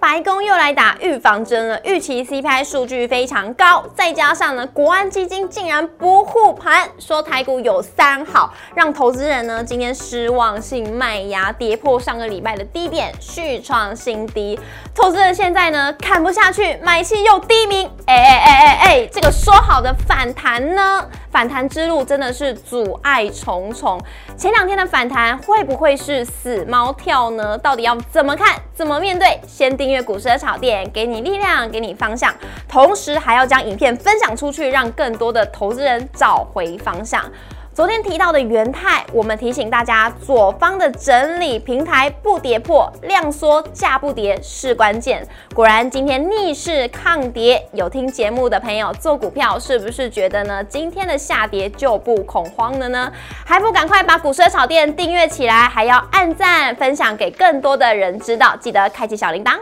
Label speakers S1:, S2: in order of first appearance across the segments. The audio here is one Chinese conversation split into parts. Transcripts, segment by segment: S1: 白宫又来打预防针了，预期 CPI 数据非常高，再加上呢，国安基金竟然不护盘，说台股有三好，让投资人呢今天失望性卖压，跌破上个礼拜的低点，续创新低。投资人现在呢看不下去，买气又低迷，哎哎哎哎哎，这个说好的反弹呢？反弹之路真的是阻碍重重。前两天的反弹会不会是死猫跳呢？到底要怎么看？怎么面对？先订阅股市的炒店，给你力量，给你方向，同时还要将影片分享出去，让更多的投资人找回方向。昨天提到的元泰，我们提醒大家，左方的整理平台不跌破，量缩价不跌是关键。果然，今天逆势抗跌，有听节目的朋友做股票，是不是觉得呢？今天的下跌就不恐慌了呢？还不赶快把股市炒店订阅起来，还要按赞分享给更多的人知道，记得开启小铃铛。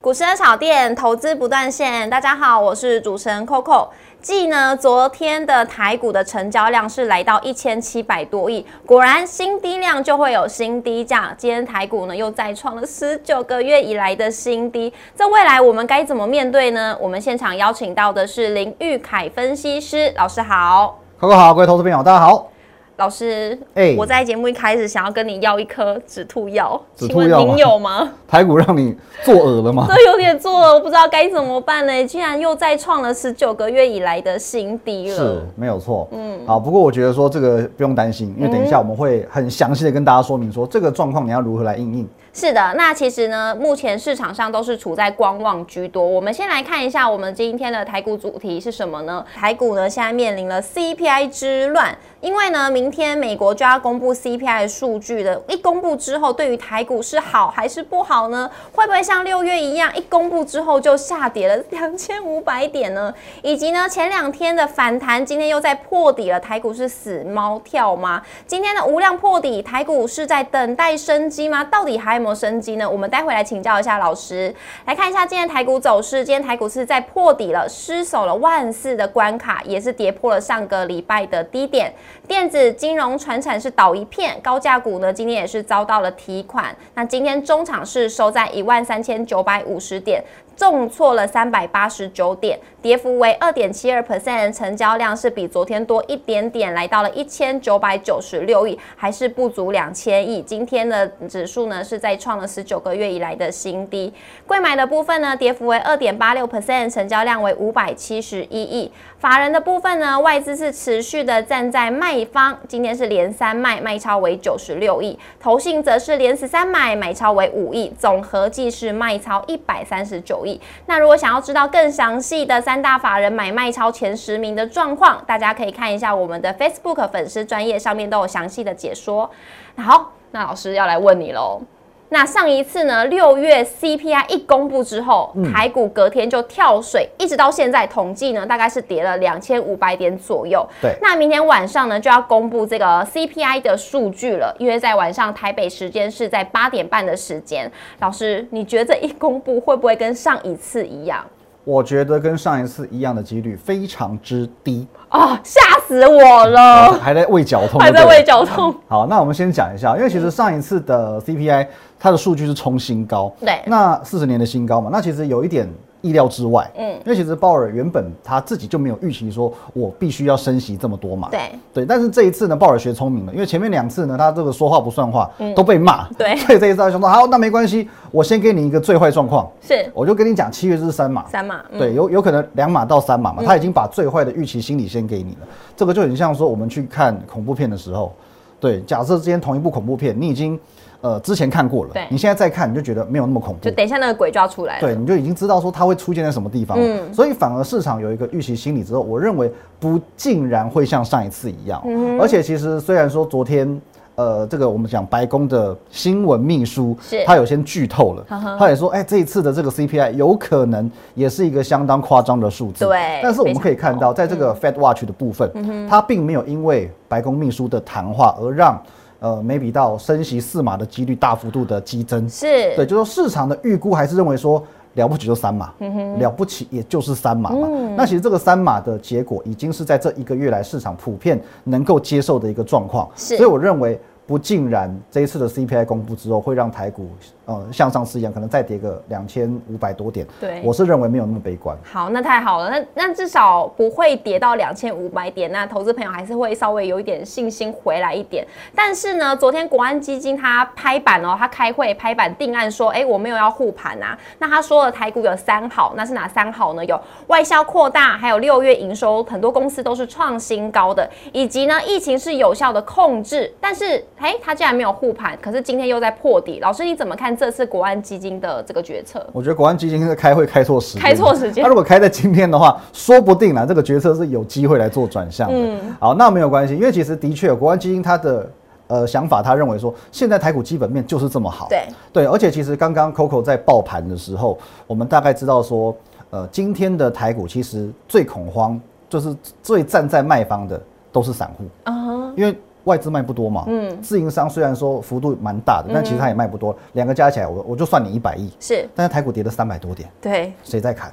S1: 股市的炒店，投资不断线。大家好，我是主持人 Coco。继呢，昨天的台股的成交量是来到一千七百多亿，果然新低量就会有新低价。今天台股呢又再创了十九个月以来的新低，在未来我们该怎么面对呢？我们现场邀请到的是林玉凯分析师老师好，
S2: 各位好，各位投资朋友，大家好。
S1: 老师，
S2: 哎
S1: 我在节目一开始想要跟你要一颗止吐药，
S2: 止
S1: 请
S2: 吐
S1: 问
S2: 药
S1: 您
S2: 吗
S1: 有吗？
S2: 台股让你作恶 了吗？
S1: 这有点做了，我不知道该怎么办呢，竟然又再创了十九个月以来的新低
S2: 是
S1: 了。，
S2: 没有错。嗯，好，不过我觉得说这个不用担心，因为等
S1: 嗯
S2: 一下我们会很详细的跟大家说明说这个状况你要如何来应应。
S1: 是的，那其实呢，目前市场上都是处在观望居多。我们先来看一下我们今天的台股主题是什么呢？台股呢现在面临了 CPI 之乱，因为呢明天美国就要公布 CPI 的数据了，一公布之后，对于台股是好还是不好呢？会不会像六月一样，一公布之后就下跌了两千五百点呢？以及呢前两天的反弹，今天又在破底了，台股是死猫跳吗？今天的无量破底，台股是在等待生机吗？到底还有没有生机呢？我们待会来请教一下老师，来看一下今天台股走势。今天台股是在破底了，失守了万四的关卡，也是跌破了上个礼拜的低点。电子、金融、船产是倒一片，高价股呢今天也是遭到了提款。那今天中场是收在一万三千九百五十点，重挫了三百八十九点，跌幅为二点七二 percent，成交量是比昨天多一点点，来到了一千九百九十六亿，还是不足两千亿。今天的指数呢是在创了十九个月以来的新低。贵买的部分呢，跌幅为二点八六 percent，成交量为五百七十一亿。法人的部分呢，外资是持续的站在卖方，今天是连三卖，卖超为九十六亿；投信则是连十三买，买超为五亿，总合计是卖超一百三十九亿。那如果想要知道更详细的三大法人买卖超前十名的状况，大家可以看一下我们的 Facebook 粉丝专业上面都有详细的解说。那好，那老师要来问你喽。那上一次呢，六月 CPI 一公布之后，
S2: 嗯
S1: 台股隔天就跳水，一直到现在统计呢，大概是跌了两千五百点左右。
S2: 对
S1: 那明天晚上呢就要公布这个 CPI 的数据了，因为在晚上台北时间是在八点半的时间。老师，你觉得这一公布会不会跟上一次一样？
S2: 我觉得跟上一次一样的几率非常之低，
S1: 哦，吓死我了，
S2: 还在胃绞痛，
S1: 哦还在
S2: 对不对
S1: 胃绞痛。
S2: 好，那我们先讲一下，因为其实上一次的 CPI 它的数据是冲新高，
S1: 对
S2: 那四十年的新高嘛，那其实有一点意料之外，
S1: 嗯
S2: 嗯，因为其实鲍尔原本他自己就没有预期说我必须要升息这么多嘛，
S1: 对
S2: 对，但是这一次呢，鲍尔学聪明了，因为前面两次呢，他这个说话不算话，都被骂，
S1: 嗯对
S2: 所以这一次他想说好，那没关系，我先给你一个最坏状况，
S1: 是
S2: 我就跟你讲七月之三嘛，
S1: 三嘛？嗯，
S2: 对，有有可能两码到三码嘛，他已经把最坏的预期心理先给你了。这个就很像说我们去看恐怖片的时候，对，假设之前同一部恐怖片，你已经呃之前看过了
S1: 对，
S2: 你现在再看你就觉得没有那么恐怖
S1: 就，等一下那个鬼就要出来了。
S2: 对，你就已经知道说它会出现在什么地方了，
S1: 嗯
S2: 所以反而市场有一个预期心理之后，我认为不尽然会像上一次一样。
S1: 嗯
S2: 而且其实虽然说昨天。呃，这个我们讲白宫的新闻秘书
S1: 是，
S2: 他有先剧透了
S1: 呵呵，
S2: 他也说，哎、这一次的这个 CPI 有可能也是一个相当夸张的数字。
S1: 对嗯
S2: 但是我们
S1: 非常
S2: 可以看
S1: 嗯
S2: 到，在这个 Fed Watch 的部分，它并没有因为白宫秘书的谈话而让呃 maybe 到升息四码的几率大幅度的激增。
S1: 是，
S2: 对，就说市场的预估还是认为说了不起就三码，
S1: 嗯
S2: 了不起也就是三码嘛。那其实这个三码的结果已经是在这一个月来市场普遍能够接受的一个状况，
S1: 是
S2: 所以我认为。不尽然，这一次的 CPI 公布之后，会让台股呃像上次一样，可能再跌个两千五百多点。
S1: 对
S2: 我是认为没有那么悲观。
S1: 好，那太好了，那那至少不会跌到两千五百点，那投资朋友还是会稍微有一点信心回来一点。但是呢，昨天国安基金它拍板哦，它开会拍板定案说，哎、我没有要护盘啊。那他说了，台股有三好，那是哪三好呢？有外销扩大，还有六月营收，很多公司都是创新高的，以及呢疫情是有效的控制。但是，哎、它竟然没有护盘，可是今天又在破底。老师你怎么看这次国安基金的这个决策？
S2: 我觉得国安基金在开会开错时间，
S1: 开错时间
S2: 他如果开在今天的话，说不定啦，这个决策是有机会来做转向的。
S1: 嗯
S2: 好，那没有关系，因为其实的确，国安基金他的呃想法，他认为说现在台股基本面就是这么好。
S1: 对
S2: 对，而且其实刚刚 Coco 在爆盘的时候，我们大概知道说，呃，今天的台股其实最恐慌，就是最站在卖方的都是散户。
S1: 啊、
S2: 因为外资卖不多嘛，嗯，自营商虽然说幅度蛮大的，但其实它也卖不多，两、个加起来我我就算你一百亿，
S1: 是
S2: 但是台股跌了三百多点，
S1: 对
S2: 谁在砍？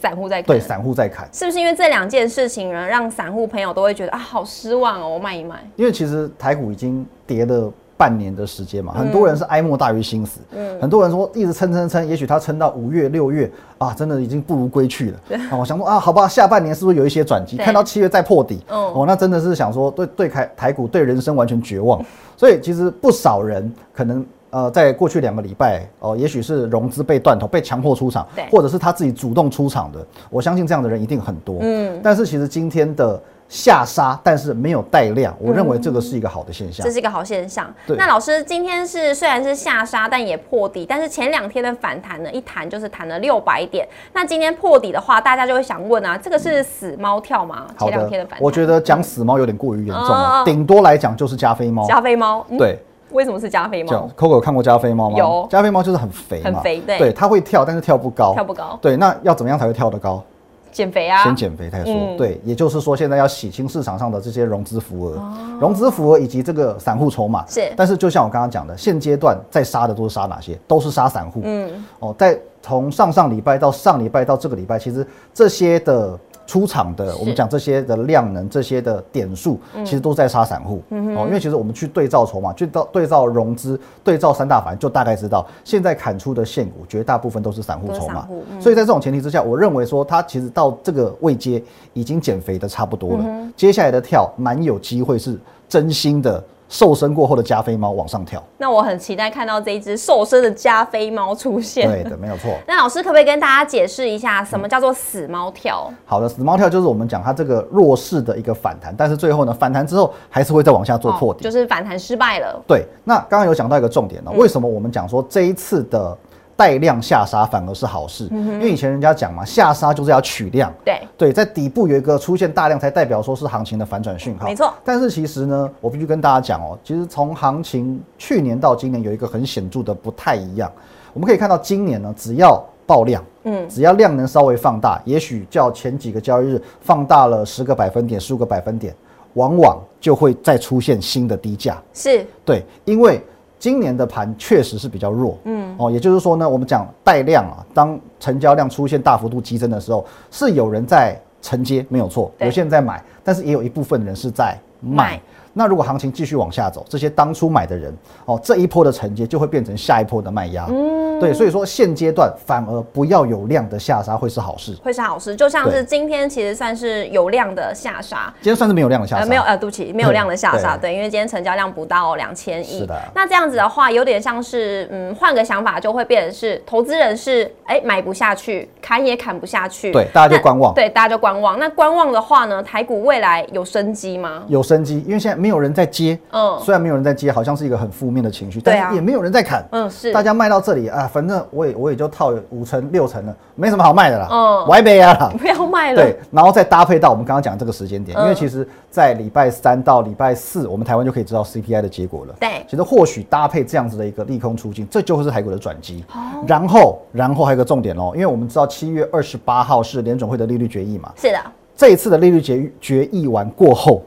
S1: 散户在看。
S2: 对，散户在砍，
S1: 是不是因为这两件事情呢，让散户朋友都会觉得啊，好失望哦，我卖一卖。
S2: 因为其实台股已经跌了。半年的时间嘛，
S1: 嗯
S2: 很多人是哀莫大于心死，嗯，很多人说一直撑撑撑，也许他撑到五月六月啊，真的已经不如归去了。啊，我想说啊，好吧，下半年是不是有一些转机？
S1: 对
S2: 看到七月再破底，
S1: 嗯
S2: 哦，那真的是想说对对台台股对人生完全 绝望。所以其实不少人可能呃，在过去两个礼拜哦、也许是融资被断头、被强迫出场
S1: 对，
S2: 或者是他自己主动出场的，我相信这样的人一定很多。嗯，但是其实今天的下杀，但是没有带量，我认为这个是一个好的现象。
S1: 嗯这是一个好现象。
S2: 对
S1: 那老师今天是虽然是下杀，但也破底，但是前两天的反弹呢，一弹就是弹了六百点。那今天破底的话，大家就会想问啊，这个是死猫跳吗？前
S2: 好
S1: 两
S2: 的
S1: 天的反弹，，
S2: 我觉得讲死猫有点过于严重
S1: 哦哦
S2: 了，
S1: 哦
S2: 顶多来讲就是加菲猫。
S1: 加菲猫、嗯，
S2: 对，
S1: 为什么是加菲
S2: 这样
S1: 猫？
S2: Coco 有看过加菲猫吗？
S1: 有
S2: 加菲猫就是很肥嘛，
S1: 很肥对
S2: 它会跳，但是跳不高，
S1: 跳不高
S2: 对，那要怎么样才会跳得高？
S1: 减肥啊，
S2: 先减肥再说。
S1: 嗯
S2: 对，也就是说，现在要洗清市场上的这些融资浮额、融资浮额以及这个散户筹码。
S1: 哦是
S2: 但是就像我刚刚讲的，现阶段在杀的都是杀哪些？都是杀散户。嗯，哦，在从上上礼拜到上礼拜到这个礼拜，其实这些的。出场的，我们讲这些的量能，这些的点数，
S1: 嗯
S2: 其实都在杀散户、哦。因为其实我们去对照筹码，去到对照融资，对照三大法人，就大概知道现在砍出的现股，绝大部分都是散户
S1: 都是
S2: 筹
S1: 散
S2: 码
S1: 户。嗯
S2: 所以在这种前提之下，我认为说它其实到这个位阶已经减肥的差不
S1: 嗯
S2: 多了，接下来的跳蛮有机会是真心的瘦身过后的加菲猫往上跳。
S1: 那我很期待看到这一只瘦身的加菲猫出现。
S2: 对的，没有错。
S1: 那老师可不可以跟大家解释一下，什么叫做死猫跳？
S2: 好的，死猫跳就是我们讲它这个弱势的一个反弹，但是最后呢，反弹之后还是会再往下做破
S1: 哦
S2: 底。
S1: 就是嗯反弹失败了。
S2: 对，那刚刚有讲到一个重点呢、哦为什么我们讲说这一次的带量下杀反而是好事？
S1: 嗯
S2: 因为以前人家讲嘛，下杀就是要取量，
S1: 对，
S2: 对，在底部有一个出现大量，才代表说是行情的反转讯号。
S1: 没错
S2: 但是其实呢，我必须跟大家讲哦，其实从行情去年到今年有一个很显著的不太一样。我们可以看到，今年呢，只要爆量，嗯，只要量能稍微放大，也许较前几个交易日放大了十个百分点、十五个百分点，往往就会再出现新的低价。
S1: 是
S2: 对，因为今年的盘确实是比较弱，嗯，哦，也就是说呢，我们讲带量啊，当成交量出现大幅度激增的时候，是有人在承接，没有错，
S1: 对
S2: 有些人在买，但是也有一部分人是在卖。
S1: 卖
S2: 那如果行情继续往下走，这些当初买的人，哦，这一波的承接就会变成下一波的卖压，嗯，对，所以说现阶段反而不要有量的下杀会是好事。
S1: 会是好事，就像是
S2: 对
S1: 今天其实算是有量的下杀。
S2: 今天算是没有量的下杀、
S1: 呃，没有，呃，对不起，没有量的下杀，
S2: 对
S1: 对，因为今天成交量不到两千亿
S2: 是的，
S1: 那这样子的话，有点像是，嗯，换个想法就会变成是，投资人是，哎，买不下去，砍也砍不下去，
S2: 对大家就
S1: 那
S2: 观望
S1: 对，大家就观望。那观望的话呢，台股未来有生机吗？
S2: 有生机，因为现在没有人在接，
S1: 嗯
S2: 嗯，虽然没有人在接，好像是一个很负面的情绪，
S1: 对啊
S2: 但是也没有人在砍，
S1: 嗯是
S2: 大家卖到这里啊，反正我也我也就套五成六成了，没什么好卖的啦，
S1: 嗯
S2: 嗯，歪 杯啊啦，
S1: 不要卖了
S2: 对，，然后再搭配到我们刚刚讲这个时间点，
S1: 嗯
S2: 因为其实在礼拜三到礼拜四，我们台湾就可以知道 CPI 的结果了，
S1: 对
S2: 其实或许搭配这样子的一个利空出尽，这就是台股的转机，
S1: 哦
S2: 然后然后还有一个重点哦，因为我们知道七月二十八号是联准会的利率决议嘛，
S1: 是的，
S2: 这一次的利率决议决议完过后，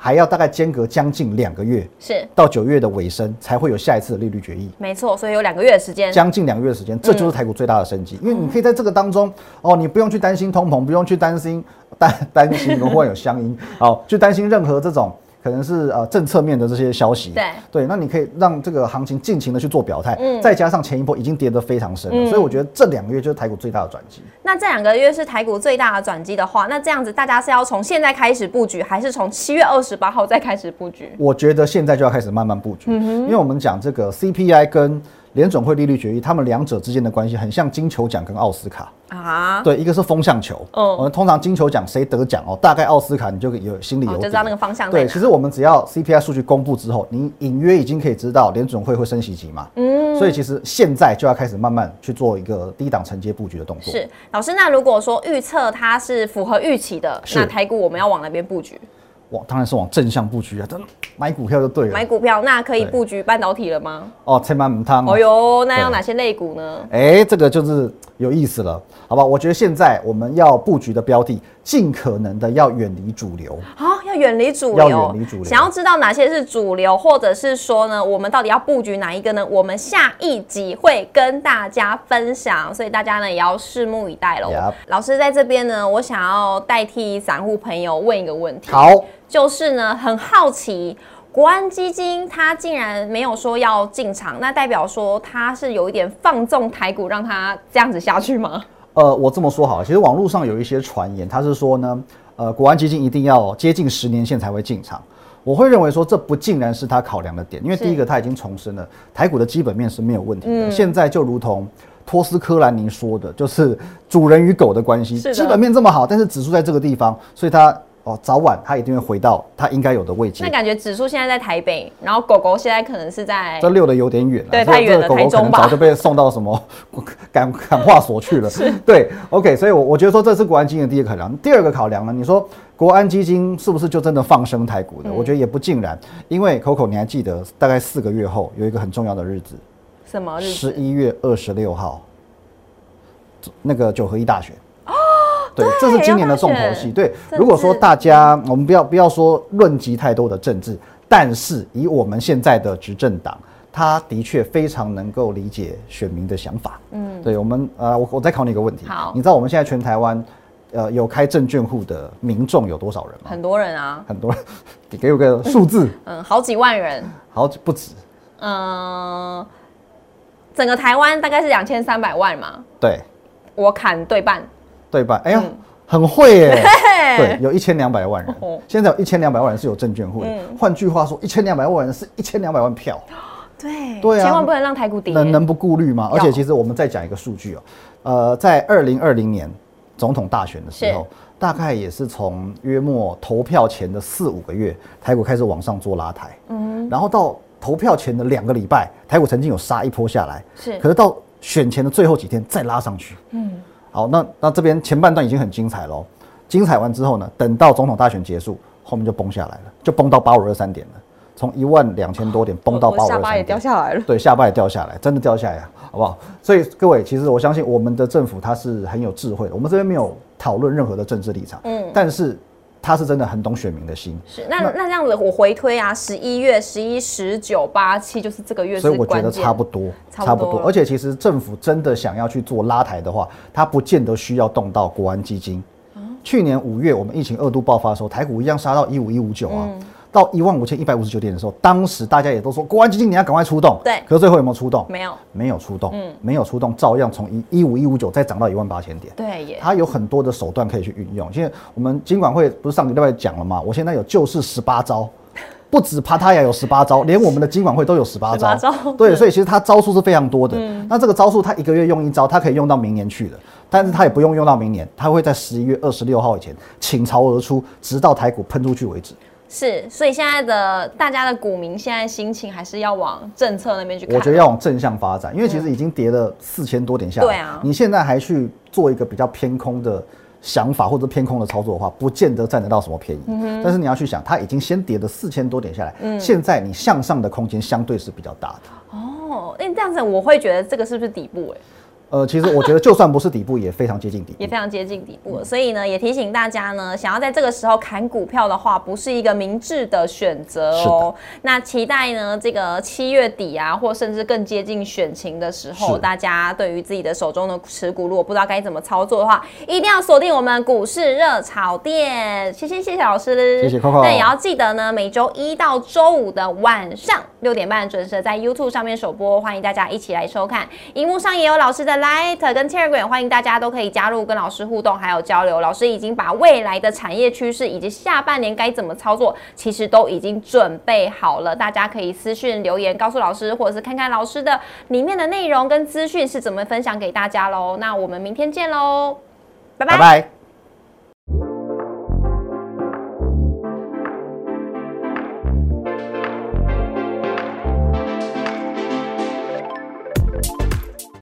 S2: 还要大概间隔将近两个月，
S1: 是
S2: 到九月的尾声才会有下一次的利率决议。
S1: 没错，所以有两个月的时间。
S2: 将近两个月的时间，这就是台股最大的升级，因为你可以在这个当中，哦，你不用去担心通膨，不用去担心担担心融会有相因，哦，去担心任何这种可能是呃政策面的这些消息。
S1: 对
S2: 那你可以让这个行情尽情的去做表态，再加上前一波已经跌得非常深了，所以我觉得这两个月就是台股最大的转机。
S1: 那这两个月是台股最大的转机的话，那这样子大家是要从现在开始布局，还是从七月二十八号再开始布局？
S2: 我觉得现在就要开始慢慢布局，
S1: 嗯
S2: 因为我们讲这个 CPI 跟联总会利率决议，他们两者之间的关系很像金球奖跟奥斯卡。
S1: 啊，
S2: 对，一个是风向球，
S1: 嗯
S2: 我们通常金球奖谁得奖哦，大概奥斯卡你就有心里有
S1: 哦
S2: 底，
S1: 就知道那个方向在
S2: 对，
S1: 哪
S2: 其实我们只要 CPI 数据公布之后，你隐约已经可以知道联准会会升息几嘛，嗯，所以其实现在就要开始慢慢去做一个低档承接布局的动作。
S1: 是老师。那如果说预测它是符合预期的，
S2: 是
S1: 那台股我们要往哪边布局？
S2: 哇，当然是往正向布局啊，真的买股票就对了
S1: 买。股票，那可以
S2: 对
S1: 布局半导体了吗？
S2: 哦，千万母汤哦
S1: 哦哟，那要
S2: 对
S1: 哪些类股呢？
S2: 哎，这个就是有意思了，好吧？我觉得现在我们要布局的标的，尽可能的要远离主流。
S1: 啊、要远离主
S2: 要
S1: 流，
S2: 远离主流
S1: 想要知道哪些是主流，或者是说呢，我们到底要布局哪一个呢？我们下一集会跟大家分享，所以大家呢也要拭目以待喽。
S2: Yep
S1: 老师在这边呢，我想要代替散户朋友问一个问题，
S2: 好，
S1: 就是呢很好奇。国安基金它竟然没有说要进场，那代表说它是有一点放纵台股，让它这样子下去吗？
S2: 呃，我这么说好了，其实网络上有一些传言，他是说呢，呃，国安基金一定要接近十年线才会进场。我会认为说，这不尽然是他考量的点，因为
S1: 是嗯
S2: 第一个他已经重申了，台股的基本面是没有问题的。现在就如同托斯科兰尼说的，就是主人与狗的关系，
S1: 是的
S2: 基本面这么好，但是指数在这个地方，所以它哦早晚它一定会回到它应该有的位置
S1: 那。感觉指数现在在台北，然后狗狗现在可能是在
S2: 这溜的有点远啊了，
S1: 对
S2: 这个
S1: 太远了
S2: 这个狗
S1: 台
S2: 狗可
S1: 中
S2: 能
S1: 吧
S2: 早就被送到什么 感感化所去了。对，OK，所以我我觉得说这是国安基金的第一个考量，第二个考量呢，你说国安基金是不是就真的放生台股
S1: 嗯
S2: 的？我觉得也不尽然，因为 Coco 你还记得大概四个月后有一个很重要的日子，
S1: 什么日
S2: 十
S1: 子？
S2: 一月二十六号，那个九合一大选。对，这是
S1: 哦对
S2: 今年的
S1: 要大
S2: 重头
S1: 选
S2: 戏。对，
S1: 政
S2: 如果说
S1: 治嗯
S2: 大家我们不要不要说论及太多的政治，但是以我们现在的执政党，他的确非常能够理解选民的想法。嗯，对我们呃，我我再考你一个问题。
S1: 好
S2: 你知道我们现在全台湾呃有开证券户的民众有多少人吗？
S1: 很多人啊，
S2: 很多人， 你给我个 数字，
S1: 嗯，好几万人，
S2: 好不止。
S1: 嗯，整个台湾大概是两千三百万嘛，
S2: 对，
S1: 我砍对半，
S2: 对吧？哎呀，
S1: 嗯
S2: 很会耶！对，有一千两百万人
S1: 哎哦，嗯
S2: 现在有一千两百万人是有证券户的。换句话说，一千两百万人是一千两百万票，
S1: 对
S2: 对啊
S1: 千万不能让台股跌，
S2: 能能不顾虑吗？而且
S1: 要
S2: 其实我们再讲一个数据哦，呃，在二零二零年总统大选的时候
S1: 是，
S2: 大概也是从约莫投票前的四五个月，台股开始往上做拉抬，嗯，然后到投票前的两个礼拜，台股曾经有杀一波下来，
S1: 是
S2: 可是到选前的最后几天再拉上去，嗯，好，那那这边前半段已经很精彩喽，精彩完之后呢，等到总统大选结束，后面就崩下来了，就崩到八五二三点了，从一万两千多点崩到
S1: 哦我
S2: 八五
S1: 下
S2: 二
S1: 巴
S2: 三
S1: 也掉。
S2: 点
S1: 下来了，
S2: 对，下巴也掉下来，真的掉下来啊，好不好？所以各位，其实我相信我们的政府它是很有智慧的，我们这边没有讨论任何的政治立场，嗯，但是它是真的很懂选民的心，
S1: 是那那这样子我回推啊，十一月、十一、十九、八七，就是这个月是
S2: 所以我觉
S1: 关
S2: 得
S1: 键，
S2: 差不多，
S1: 差不多了
S2: 而且其实政府真的想要去做拉抬的话，它不见得需要动到国安基金。
S1: 哦
S2: 去年五月我们疫情二度爆发的时候，台股一样杀到一五一五九啊。
S1: 嗯
S2: 到一万五千一百五十九点的时候，当时大家也都说国安基金你要赶快出动，
S1: 对
S2: 可是最后有没有出动？
S1: 没有，
S2: 没有出动，没有出动，照样从一一五一五九再涨到一万八千点。
S1: 对耶，
S2: 它有很多的手段可以去运用。现在我们金管会不是上个礼拜讲了吗？我现在有救市十八 招，不止帕塔亚有十八招，连我们的金管会都有十八招。嗯
S1: 18招
S2: 对，所以其实它招数是非常多的。那这个招数它一个月用一招，它可以用到明年去的，但是它也不用用到明年，它会在十一月二十六号以前倾巢而出，直到台股喷出去为止。
S1: 是，所以现在的大家的股民现在心情还是要往政策那边去看，
S2: 我觉得要往正向发展，因为其实已经跌了四千多点下来，
S1: 对啊
S2: 你现在还去做一个比较偏空的想法或者偏空的操作的话，不见得占得到什么便宜。
S1: 嗯
S2: 但是你要去想，它已经先跌了四千多点下来，现在你向上的空间相对是比较大的。
S1: 哦，那这样子我会觉得这个是不是底部哎、
S2: 呃，其实我觉得就算不是底部，也非常接近底部嗯
S1: 也。非常接近底部了，所以呢，也提醒大家呢，想要在这个时候砍股票的话，不是一个明智的选择哦。那期待呢，这个七月底啊，或甚至更接近选情的时候，
S2: 是
S1: 大家对于自己的手中的持股，如果不知道该怎么操作的话，一定要锁定我们股市热炒店。谢谢谢谢老师，
S2: 谢谢 Coco
S1: 那也要记得呢，每周一到周五的晚上六点半准时在 YouTube 上面首播，欢迎大家一起来收看。荧幕上也有老师的 Light 跟 Telegram，欢迎大家都可以加入跟老师互动还有交流。老师已经把未来的产业趋势以及下半年该怎么操作，其实都已经准备好了，大家可以私讯留言告诉老师，或者是看看老师的里面的内容跟资讯是怎么分享给大家喽。那我们明天见喽，拜拜
S2: 拜拜。